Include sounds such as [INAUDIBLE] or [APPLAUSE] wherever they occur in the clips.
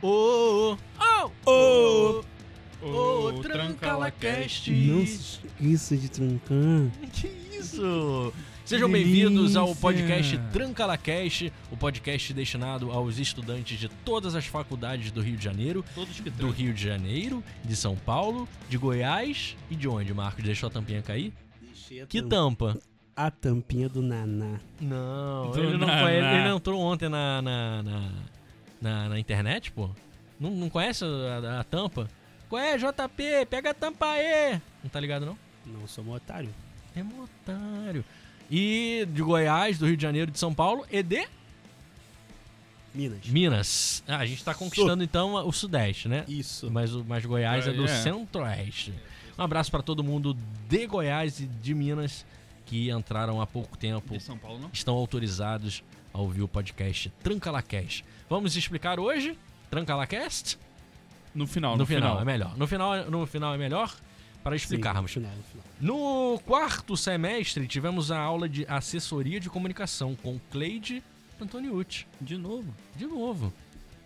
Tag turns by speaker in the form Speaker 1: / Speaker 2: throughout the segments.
Speaker 1: Oh, oh, oh, oh, oh, tranca lacast.
Speaker 2: Não se esqueça de trancar.
Speaker 1: Que isso? Sejam
Speaker 2: delícia.
Speaker 1: bem-vindos ao podcast Tranca La Cast, o podcast destinado aos estudantes de todas as faculdades do Rio de Janeiro,
Speaker 3: Todos que
Speaker 1: do
Speaker 3: trancam.
Speaker 1: Rio de Janeiro, de São Paulo, de Goiás e de onde, Marcos? Deixou a tampinha cair? Que tampa?
Speaker 2: A tampinha do naná.
Speaker 1: Não,
Speaker 3: Do
Speaker 1: ele não,
Speaker 3: Naná.
Speaker 1: conhece, ele não entrou ontem na, na, na, na- na internet, pô. Não, não conhece a, a tampa? Qual é, JP? Pega a tampa aí! Não tá ligado, não?
Speaker 2: Não sou um otário.
Speaker 1: É um otário. E de Goiás, do Rio de Janeiro, de São Paulo e de
Speaker 2: Minas.
Speaker 1: Minas. Ah, a gente tá conquistando então o Sudeste, né?
Speaker 2: Isso.
Speaker 1: Mas, o- mas Goiás é,
Speaker 3: É,
Speaker 1: do
Speaker 3: é.
Speaker 1: Centro-Oeste. Um abraço pra todo mundo de Goiás e de Minas que entraram há pouco tempo
Speaker 3: De São Paulo, não?
Speaker 1: estão autorizados a ouvir o podcast Trancalacast. Vamos explicar hoje Trancalacast?
Speaker 3: No final,
Speaker 1: No, final, é melhor. No final, no final é melhor para explicarmos.
Speaker 2: Sim, no final, no final.
Speaker 1: No quarto semestre tivemos a aula de assessoria de comunicação com Cleide Antoniucci.
Speaker 3: De novo.
Speaker 1: De novo.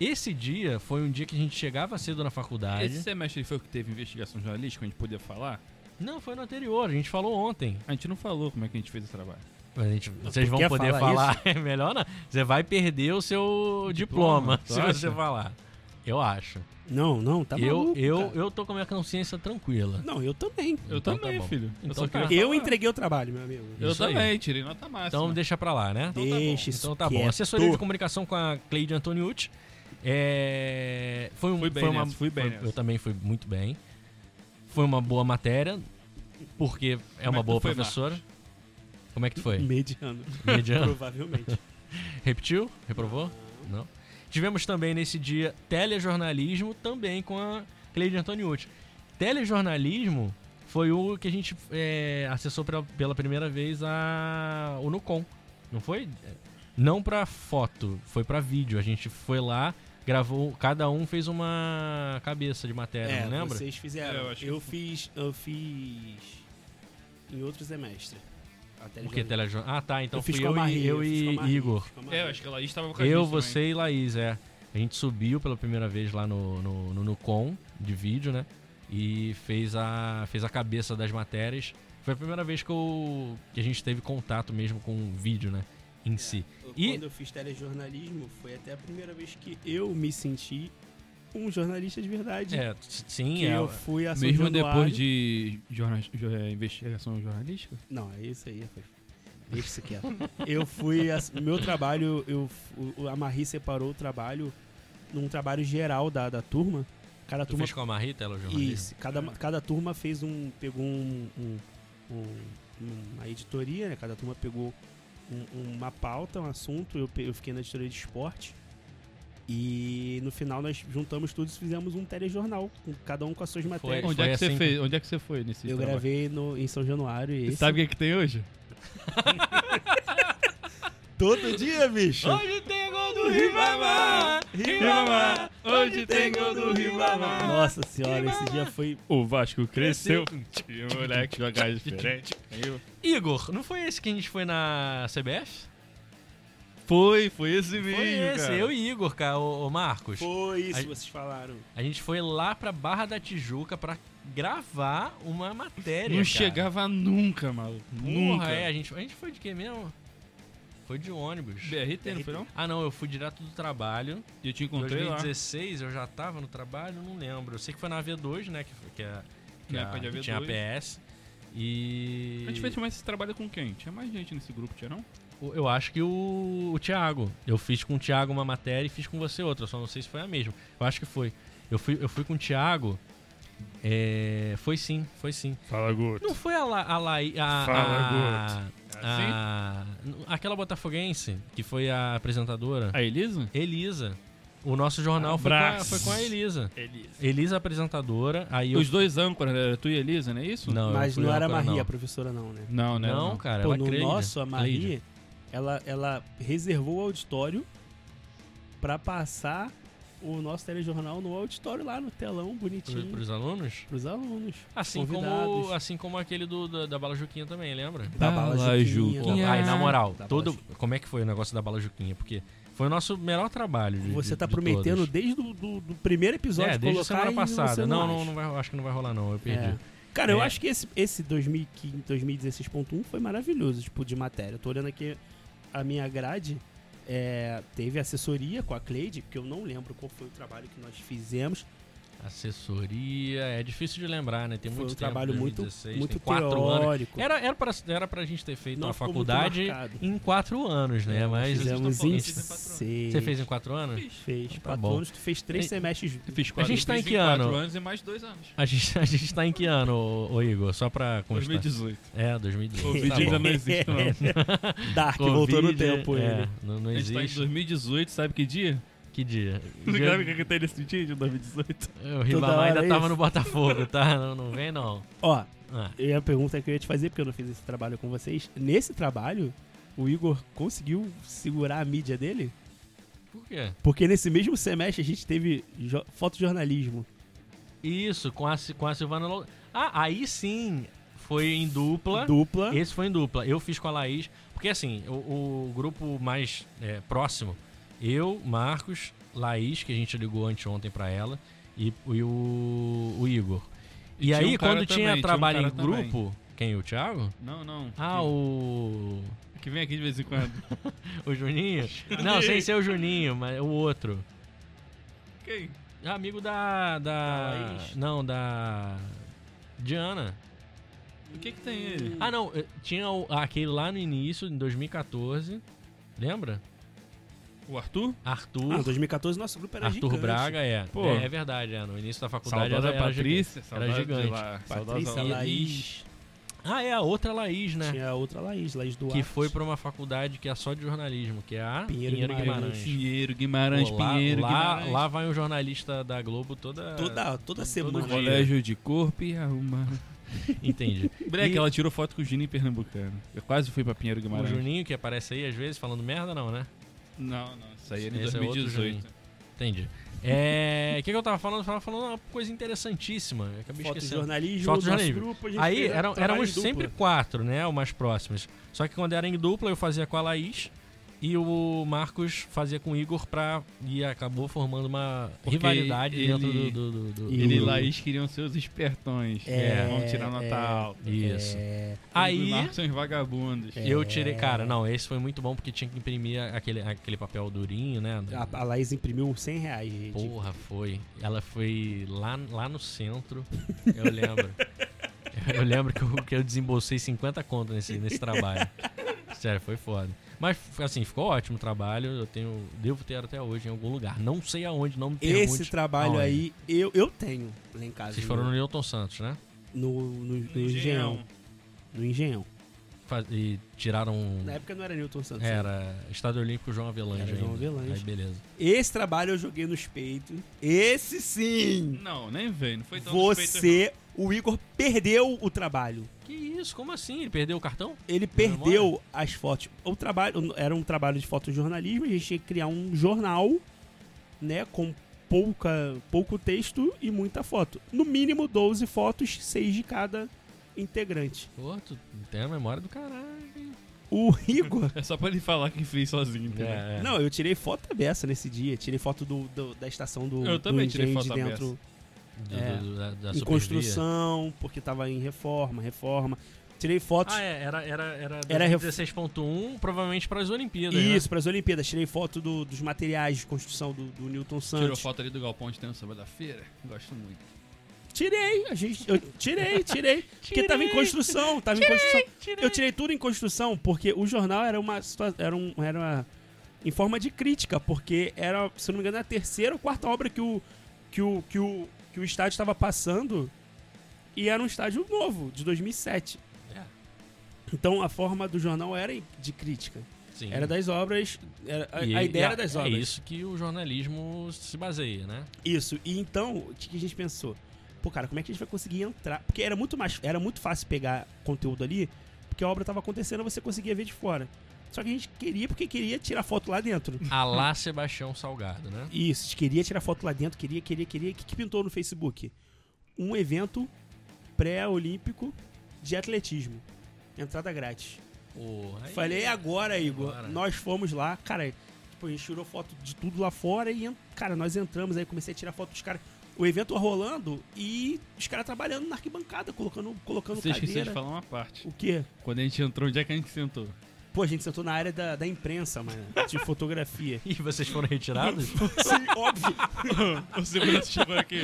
Speaker 1: Esse dia foi um dia que a gente chegava cedo na faculdade.
Speaker 3: Esse semestre foi o que teve investigação jornalística, a gente podia falar.
Speaker 1: Não, foi no anterior, a gente falou ontem.
Speaker 3: A gente não falou como é que a gente fez esse trabalho.
Speaker 1: Mas a gente- vocês
Speaker 2: tu
Speaker 1: vão
Speaker 2: quer
Speaker 1: poder
Speaker 2: falar
Speaker 1: falar. [LAUGHS] É melhor não. Você vai perder o seu diploma,
Speaker 3: Diploma, tu
Speaker 1: se você
Speaker 3: acha?
Speaker 1: falar. Eu acho.
Speaker 2: Não, não, tá
Speaker 1: eu,
Speaker 2: maluco,
Speaker 1: eu,
Speaker 2: cara.
Speaker 1: eu tô com a minha consciência tranquila.
Speaker 2: Não, eu também.
Speaker 3: Eu
Speaker 1: Então tá
Speaker 3: também,
Speaker 1: bom.
Speaker 3: filho.
Speaker 1: Então
Speaker 3: eu só
Speaker 1: tá.
Speaker 3: queria
Speaker 2: Eu
Speaker 3: falar.
Speaker 2: entreguei o trabalho, meu amigo.
Speaker 3: Eu
Speaker 1: Isso aí.
Speaker 3: também, tirei nota máxima.
Speaker 1: Então deixa pra lá, né?
Speaker 3: tá bom.
Speaker 2: Deixa isso
Speaker 1: Então tá Então bom.
Speaker 2: quieto.
Speaker 1: Assessoria de comunicação com a Cleide Antoniucci. É, Foi, um,
Speaker 3: Fui bem
Speaker 1: foi uma.
Speaker 3: nessa, fui bem
Speaker 1: foi-
Speaker 3: nessa.
Speaker 1: Eu também fui muito bem. Foi uma boa matéria, porque é uma
Speaker 3: Como é que tu
Speaker 1: boa
Speaker 3: foi,
Speaker 1: professora. Como é que tu
Speaker 2: [LAUGHS]
Speaker 1: foi?
Speaker 2: [LAUGHS] Mediano.
Speaker 1: Mediano?
Speaker 2: Provavelmente.
Speaker 1: Repetiu? Reprovou? Não. Tivemos também nesse dia telejornalismo, também com a Cleide Antoniucci. Telejornalismo foi o que a gente é, acessou pela, pela primeira vez a, o Nucom, não foi? Não pra foto, foi pra vídeo. A gente foi lá, gravou, cada um fez uma cabeça de matéria,
Speaker 2: é,
Speaker 1: não lembra?
Speaker 2: vocês fizeram.
Speaker 3: É, eu
Speaker 2: eu
Speaker 3: acho que
Speaker 2: fiz, eu fiz em outro semestre. Até
Speaker 1: O que telejor... Ah, tá, então
Speaker 2: eu
Speaker 1: fui
Speaker 2: fiz com a
Speaker 1: eu
Speaker 2: Marie,
Speaker 1: e, eu
Speaker 2: fiz com a
Speaker 1: e
Speaker 2: Marie,
Speaker 1: Igor.
Speaker 2: fiz com a Marie.
Speaker 3: É, eu acho que ela estava com a
Speaker 1: Eu,
Speaker 3: gente também.
Speaker 1: você e Laís, é. A gente subiu pela primeira vez lá no, no, no, Nucom de vídeo, né? E fez a, fez a cabeça das matérias. Foi a primeira vez que, eu, que a gente teve contato mesmo com o vídeo, né? Em si.
Speaker 2: Eu-
Speaker 1: E-
Speaker 2: É. Quando eu fiz telejornalismo, foi até a primeira vez que eu me senti um jornalista de verdade.
Speaker 1: É, s- sim,
Speaker 2: Que
Speaker 1: é.
Speaker 2: eu fui a São
Speaker 3: Mesmo
Speaker 2: Januário-
Speaker 3: depois de jorna- jo- é, investigação jornalística?
Speaker 2: Não, é isso aí, rapaz. Deixa isso quieto. eu fui. a- Meu trabalho, eu, o- a Marie separou o trabalho num trabalho geral da, da turma. Cada
Speaker 1: Tu
Speaker 2: turma
Speaker 1: fez com a Marrita, ela jornalista?
Speaker 2: Isso. Cada, cada turma fez um. pegou um, um- um- uma editoria, né? Cada turma pegou um- uma pauta, um assunto. Eu, pe- eu fiquei na editoria de esporte. E no final nós juntamos tudo e fizemos um telejornal, com- cada um com as suas matérias.
Speaker 3: Onde
Speaker 1: foi
Speaker 3: é, que você
Speaker 1: assim.
Speaker 3: fez? Onde é que você foi nesse
Speaker 2: Eu
Speaker 3: trabalho?
Speaker 2: gravei no, em São Januário e esse-
Speaker 3: Sabe o que, que tem hoje?
Speaker 2: todo dia, bicho!
Speaker 1: Hoje tem gol do Ribamar!
Speaker 3: Ribamar! Hoje tem gol do Ribamar!
Speaker 2: Nossa senhora, esse dia foi.
Speaker 3: O Vasco cresceu. [LAUGHS] E o moleque jogar diferente. Eu-
Speaker 1: Igor, não foi esse que a gente foi na CBF?
Speaker 3: Foi, foi esse mesmo.
Speaker 1: Foi esse,
Speaker 3: cara.
Speaker 1: eu e Igor, cara, o, Marcos.
Speaker 2: Foi isso
Speaker 1: A-
Speaker 2: que vocês falaram.
Speaker 1: A gente foi lá pra Barra da Tijuca pra gravar uma matéria.
Speaker 3: Não
Speaker 1: cara.
Speaker 3: chegava nunca, maluco.
Speaker 1: Porra,
Speaker 3: nunca.
Speaker 1: é, a gente, a gente foi de quê mesmo? Foi de ônibus.
Speaker 3: BRT, não foi não?
Speaker 1: Ah, não, eu fui direto do trabalho.
Speaker 3: E eu te
Speaker 1: Em
Speaker 3: encontrei lá.
Speaker 1: 2016 eu já tava no trabalho, não lembro. Eu sei que foi na V2, né? Que, foi- que, a, que, é
Speaker 3: Na
Speaker 1: a-
Speaker 3: época de
Speaker 1: que tinha a
Speaker 3: AV2.
Speaker 1: PS. E.
Speaker 3: A gente fez mais esse trabalho com quem? Tinha mais gente nesse grupo, tinha não?
Speaker 1: O- Eu acho que o, o Thiago. Eu fiz com o Thiago uma matéria e fiz com você outra. Eu só não sei se foi a mesma. Eu acho que foi. Eu fui, eu fui com o Thiago. É, foi sim, foi sim.
Speaker 3: Fala, Guto.
Speaker 1: Não foi a La, a, La, a,
Speaker 3: Fala,
Speaker 1: a,
Speaker 3: Assim?
Speaker 1: a- n- aquela botafoguense que foi a apresentadora.
Speaker 3: A Elisa?
Speaker 1: Elisa. O nosso jornal foi com, a,
Speaker 3: Abraço.
Speaker 1: foi com a Elisa.
Speaker 3: Elisa.
Speaker 1: Elisa apresentadora. Aí eu,
Speaker 3: Os dois âncoras, era tu e a Elisa, não é isso?
Speaker 1: não, eu
Speaker 2: Mas
Speaker 1: fui
Speaker 2: não era a
Speaker 1: âncora,
Speaker 2: Maria,
Speaker 1: não.
Speaker 2: a professora, não, né?
Speaker 3: Não, né?
Speaker 1: Não, cara.
Speaker 2: Pô,
Speaker 1: ela
Speaker 2: no
Speaker 1: Cleide.
Speaker 2: nosso, a
Speaker 1: Cleide.
Speaker 2: Maria, ela, ela reservou o auditório pra passar o nosso telejornal no auditório lá no telão,
Speaker 1: Pro-
Speaker 2: bonitinho,
Speaker 1: Pros alunos?
Speaker 2: pros alunos.
Speaker 1: Assim
Speaker 2: convidados.
Speaker 1: como, assim como aquele do, da, da Bala Juquinha também, lembra? é?
Speaker 2: Da
Speaker 3: Bala
Speaker 2: Bala Juquinha.
Speaker 1: Pô,
Speaker 3: Juquinha.
Speaker 1: aí, na moral,
Speaker 2: Da Bala
Speaker 1: todo,
Speaker 2: Juquinha.
Speaker 1: como é que foi o negócio da Bala Juquinha? Porque Foi o nosso melhor trabalho. de-
Speaker 2: Você
Speaker 1: de-
Speaker 2: tá
Speaker 1: de
Speaker 2: prometendo
Speaker 1: todos.
Speaker 2: desde o do, do primeiro episódio
Speaker 1: É, desde a
Speaker 2: colocar
Speaker 1: semana
Speaker 2: e você
Speaker 1: passada. Não,
Speaker 2: acha.
Speaker 1: não, não vai, acho que não vai rolar, não. Eu perdi.
Speaker 2: É. Cara, eu
Speaker 1: É.
Speaker 2: acho que esse, esse 2015 2016.1 foi maravilhoso, tipo, de matéria. Eu tô olhando aqui a minha grade. é, teve assessoria com a Cleide, que eu não lembro qual foi o trabalho que nós fizemos.
Speaker 1: Assessoria, é difícil de lembrar, né? Tem
Speaker 2: foi
Speaker 1: muito
Speaker 2: um
Speaker 1: tempo,
Speaker 2: trabalho muito,
Speaker 1: 2016,
Speaker 2: muito
Speaker 1: tem quatro anos.
Speaker 2: teórico.
Speaker 1: Era, era, pra, era pra gente ter feito
Speaker 2: Não
Speaker 1: a
Speaker 2: ficou muito
Speaker 1: faculdade
Speaker 2: marcado.
Speaker 1: em quatro anos, né? Mas tá
Speaker 2: fizemos
Speaker 3: falando
Speaker 2: em
Speaker 1: você
Speaker 3: que você fez em quatro anos.
Speaker 2: seis.
Speaker 1: fez em quatro anos?
Speaker 2: Fez.
Speaker 1: Tá
Speaker 2: quatro
Speaker 1: bom.
Speaker 2: anos, tu fez três
Speaker 1: Tem-
Speaker 2: semestres.
Speaker 3: Eu fiz
Speaker 1: A gente tá
Speaker 3: fiz
Speaker 1: em que
Speaker 3: quatro
Speaker 1: ano?
Speaker 3: anos e mais dois anos.
Speaker 1: A gente, a gente tá em que ano, ô, ô Igor? Só pra constar.
Speaker 3: 2018.
Speaker 1: [LAUGHS] É,
Speaker 3: O
Speaker 1: 2018.
Speaker 3: vídeo
Speaker 1: Tá
Speaker 3: ainda
Speaker 1: [LAUGHS] bom.
Speaker 3: não existe,
Speaker 2: [LAUGHS]
Speaker 3: não.
Speaker 2: Dark voltou no
Speaker 1: Covid,
Speaker 2: tempo,
Speaker 1: é,
Speaker 2: ele.
Speaker 1: Não, não
Speaker 3: A gente tá em
Speaker 1: existe.
Speaker 3: 2018, sabe que dia?
Speaker 1: Que
Speaker 3: [LAUGHS]
Speaker 1: dia?
Speaker 3: Você
Speaker 1: Dia-
Speaker 3: sabe o que que tem nesse dia de 2018?
Speaker 1: O Ribamar
Speaker 2: hora
Speaker 1: ainda
Speaker 2: é
Speaker 1: tava
Speaker 2: isso.
Speaker 1: no Botafogo, tá? Não, não vem, não.
Speaker 2: Ó,
Speaker 1: Ah,
Speaker 2: E a pergunta que eu ia te fazer, porque eu não fiz esse trabalho com vocês. Nesse trabalho, o Igor conseguiu segurar a mídia dele?
Speaker 1: por quê?
Speaker 2: Porque nesse mesmo semestre a gente teve jo- fotojornalismo.
Speaker 1: Isso, com a, Si- com a Silvana Lou... Ah, aí sim foi em dupla.
Speaker 2: Dupla.
Speaker 1: Esse foi em dupla. Eu fiz com a Laís. Porque assim, o, o grupo mais é, próximo, eu, Marcos, Laís, que a gente ligou anteontem pra ela, e, e o, o Igor. E,
Speaker 3: tinha
Speaker 1: aí,
Speaker 3: um cara
Speaker 1: quando
Speaker 3: também,
Speaker 1: tinha
Speaker 3: um
Speaker 1: trabalho
Speaker 3: cara
Speaker 1: em
Speaker 3: também.
Speaker 1: grupo. Quem? O Thiago?
Speaker 3: Não, não.
Speaker 1: Ah, o.
Speaker 3: que, que vem aqui de vez em quando.
Speaker 1: O Juninho? Não, sem ser o Juninho, mas o outro.
Speaker 3: Quem?
Speaker 1: É Amigo da. da
Speaker 2: Da Laís?
Speaker 1: não, da. Diana.
Speaker 3: O que que tem ele?
Speaker 1: Ah, não. eh, Tinha o- aquele lá no início, em 2014. Lembra?
Speaker 3: O Arthur?
Speaker 2: Ah,
Speaker 1: Arthur.
Speaker 2: 2014 nosso grupo era
Speaker 1: um. Arthur
Speaker 2: gigante.
Speaker 1: Braga, é.
Speaker 3: Pô.
Speaker 1: é. é verdade, é. No início da faculdade
Speaker 3: Saudosa
Speaker 1: era, era gigante.
Speaker 3: Patrícia. saudade de
Speaker 1: gigante.
Speaker 3: lá.
Speaker 2: Patrícia,
Speaker 3: Saudosa Laís.
Speaker 2: Laís.
Speaker 1: Ah, é a outra Laís, né?
Speaker 2: Tinha outra Laís, Laís Duarte.
Speaker 1: Que foi pra uma faculdade que é só de jornalismo, que é a
Speaker 2: Pinheiro
Speaker 1: Pinheiro,
Speaker 2: Guimarães.
Speaker 1: Guimarães.
Speaker 3: Pinheiro, Guimarães,
Speaker 1: Pô, lá,
Speaker 3: Pinheiro,
Speaker 1: lá,
Speaker 3: Guimarães.
Speaker 1: lá vai um jornalista da Globo toda.
Speaker 2: Toda, toda semana.
Speaker 1: dia.
Speaker 3: Colégio de corpo e arruma.
Speaker 1: Entende?
Speaker 3: Breque,
Speaker 1: E-
Speaker 3: ela tirou foto com o Juninho Pernambucano. Eu quase fui pra Pinheiro
Speaker 1: o
Speaker 3: [LAUGHS] Guimarães.
Speaker 1: Juninho que aparece aí às vezes falando merda, não, né?
Speaker 3: Não, não, isso aí era em
Speaker 1: Esse é outro
Speaker 3: 2018.
Speaker 1: Juninho. Entendi. É. [LAUGHS] O que, que eu tava falando? Eu tava falando uma coisa interessantíssima. Eu acabei esquecendo.
Speaker 2: Fotojornalismo,
Speaker 1: Fotojornalismo.
Speaker 2: nosso grupo. a gente
Speaker 1: Aí
Speaker 2: fez
Speaker 1: eram,
Speaker 2: trabalho
Speaker 1: éramos
Speaker 2: em dupla.
Speaker 1: sempre quatro, né? O mais próximos. Só que quando era em dupla, eu fazia com a Laís e o Marcos fazia com o Igor pra. E acabou formando uma
Speaker 3: Porque
Speaker 1: rivalidade
Speaker 3: ele-
Speaker 1: dentro do. do, do- do-
Speaker 2: E
Speaker 3: Ele e
Speaker 1: do-
Speaker 3: Laís queriam ser os espertões.
Speaker 1: É,
Speaker 3: Vamos tirar nota
Speaker 2: é.
Speaker 3: alta.
Speaker 1: Isso.
Speaker 2: É,
Speaker 1: Aí.
Speaker 3: Marcos são os vagabundos.
Speaker 2: É.
Speaker 1: Eu tirei. Cara, não, esse foi muito bom porque tinha que imprimir aquele, aquele papel durinho, né?
Speaker 2: a, a Laís imprimiu 100 reais, gente.
Speaker 1: Porra, foi. Ela foi lá, lá no centro, eu lembro.
Speaker 2: [LAUGHS]
Speaker 1: Eu lembro que eu, que eu desembolsei 50 conto nesse, nesse trabalho. Sério, foi foda. Mas, assim, ficou ótimo o trabalho. Eu tenho, devo ter até hoje em algum lugar. Não sei aonde, não me pergunte.
Speaker 2: Esse tá trabalho
Speaker 1: aonde.
Speaker 2: aí, eu, eu tenho lá em casa.
Speaker 1: Vocês foram no Newton Santos, né?
Speaker 2: no, no, no Engenhão. No Engenhão.
Speaker 1: Faz- E tiraram... um
Speaker 2: Na época não era Newton Santos.
Speaker 1: Hum. Era Estado Olímpico João Avelange
Speaker 2: Era João
Speaker 1: ainda.
Speaker 2: Avelange.
Speaker 1: Aí, beleza.
Speaker 2: Esse trabalho eu joguei nos peitos. Esse sim!
Speaker 3: Não, nem veio, não foi tão respeito-
Speaker 2: Você, o Igor, perdeu o trabalho.
Speaker 1: Que isso? Como assim? Ele perdeu o cartão?
Speaker 2: Ele perdeu as fotos. O trabalho era um trabalho de fotojornalismo, a gente tinha que criar um jornal, né, com pouca pouco texto e muita foto. No mínimo 12 fotos, 6 de cada integrante.
Speaker 1: Pô, tu tem a memória do caralho. hein?
Speaker 3: [LAUGHS]
Speaker 2: O Igor
Speaker 3: É só pra ele falar que fez sozinho, entendeu?
Speaker 1: É, é.
Speaker 2: Não, eu tirei foto da beça nesse dia. Tirei foto do, do- da estação do.
Speaker 3: Eu também
Speaker 2: do
Speaker 3: tirei
Speaker 2: engenho
Speaker 3: foto
Speaker 2: de
Speaker 3: da
Speaker 2: dentro.
Speaker 1: Do-
Speaker 2: É.
Speaker 1: do- da, da
Speaker 2: Em
Speaker 1: supervia.
Speaker 2: construção, porque tava em reforma, reforma. Tirei fotos.
Speaker 1: Ah, é, era, era, era,
Speaker 2: Era ref-
Speaker 1: 16.1, provavelmente para as Olimpíadas. né?
Speaker 2: Isso, para as Olimpíadas. Tirei foto do- dos materiais de construção do, do
Speaker 3: Tirou
Speaker 2: Newton Santos.
Speaker 3: foto ali do Galpão de Tempo da Feira? Gosto muito.
Speaker 2: Tirei, a gente. Eu tirei, tirei. porque tava em construção, tava em construção. Eu tirei tudo em construção, porque o jornal era uma situa- Era um. Era uma- em forma de crítica, porque era, se eu não me engano, a terceira ou quarta obra que o. que o. que o, que o estádio estava passando. E era um estádio novo, de 2007.
Speaker 1: É,
Speaker 2: Então a forma do jornal era de crítica.
Speaker 1: sim.
Speaker 2: Era das obras. era- a,
Speaker 1: E-
Speaker 2: a ideia
Speaker 1: e
Speaker 2: era das obras.
Speaker 1: É isso que o jornalismo se baseia, né?
Speaker 2: Isso. E então, o que que a gente pensou? Pô, cara, como é que a gente vai conseguir entrar? Porque era muito mais, era muito fácil pegar conteúdo ali, porque a obra tava acontecendo, você conseguia ver de fora. Só que a gente queria porque queria tirar foto lá dentro.
Speaker 1: A lá Sebastião Salgado, né?
Speaker 2: Isso, a gente queria tirar foto lá dentro, queria, queria, queria. O que, que pintou no Facebook? Um evento pré-olímpico de atletismo. Entrada grátis.
Speaker 1: Porra, aí-
Speaker 2: Falei, é agora, Igor.
Speaker 1: agora.
Speaker 2: Nós fomos lá, cara. Pô, a gente tirou foto de tudo lá fora e, en- cara, nós entramos aí, comecei a tirar foto dos caras. O evento tá rolando e os caras trabalhando na arquibancada, colocando, colocando
Speaker 3: Você esqueceu
Speaker 2: cadeira.
Speaker 3: de falar uma parte.
Speaker 2: O quê?
Speaker 3: Quando a gente entrou, onde é que a gente sentou?
Speaker 2: Pô, a gente sentou na área da, da imprensa, mano, de fotografia.
Speaker 1: [LAUGHS] E vocês foram retirados?
Speaker 2: [LAUGHS] Sim, óbvio.
Speaker 3: o segurança chegou aqui.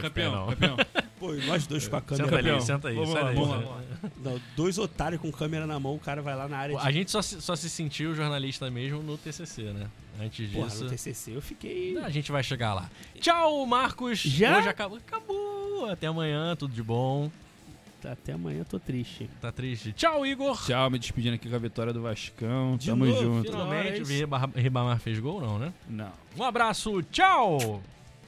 Speaker 3: campeão,
Speaker 1: esperar,
Speaker 3: campeão.
Speaker 2: Pô, e nós dois com a
Speaker 1: Senta
Speaker 2: câmera.
Speaker 1: ali,
Speaker 3: campeão.
Speaker 1: senta aí.
Speaker 3: Vamos
Speaker 1: sai
Speaker 3: lá,
Speaker 1: daí,
Speaker 3: vamos
Speaker 1: sai
Speaker 3: lá,
Speaker 1: daí.
Speaker 2: Não, dois otários com câmera na mão, o cara vai lá na área
Speaker 1: A
Speaker 2: de.
Speaker 1: gente só se, só se sentiu jornalista mesmo no TCC, né? Antes
Speaker 2: Porra,
Speaker 1: disso.
Speaker 2: no TCC eu fiquei.
Speaker 1: A gente vai chegar lá. Tchau, Marcos.
Speaker 2: Já?
Speaker 1: Hoje acabou. Acabou. Até amanhã, tudo de bom.
Speaker 2: tá, Até amanhã eu tô triste.
Speaker 1: Tá triste. Tchau, Igor.
Speaker 3: Tchau, me despedindo aqui com a vitória do Vascão.
Speaker 2: De
Speaker 3: Tamo
Speaker 2: novo,
Speaker 3: junto.
Speaker 2: final. Outra hora, é
Speaker 1: Finalmente,
Speaker 2: isso.
Speaker 1: Riba- Ribamar fez gol, não, né?
Speaker 3: Não.
Speaker 1: Um abraço. Tchau.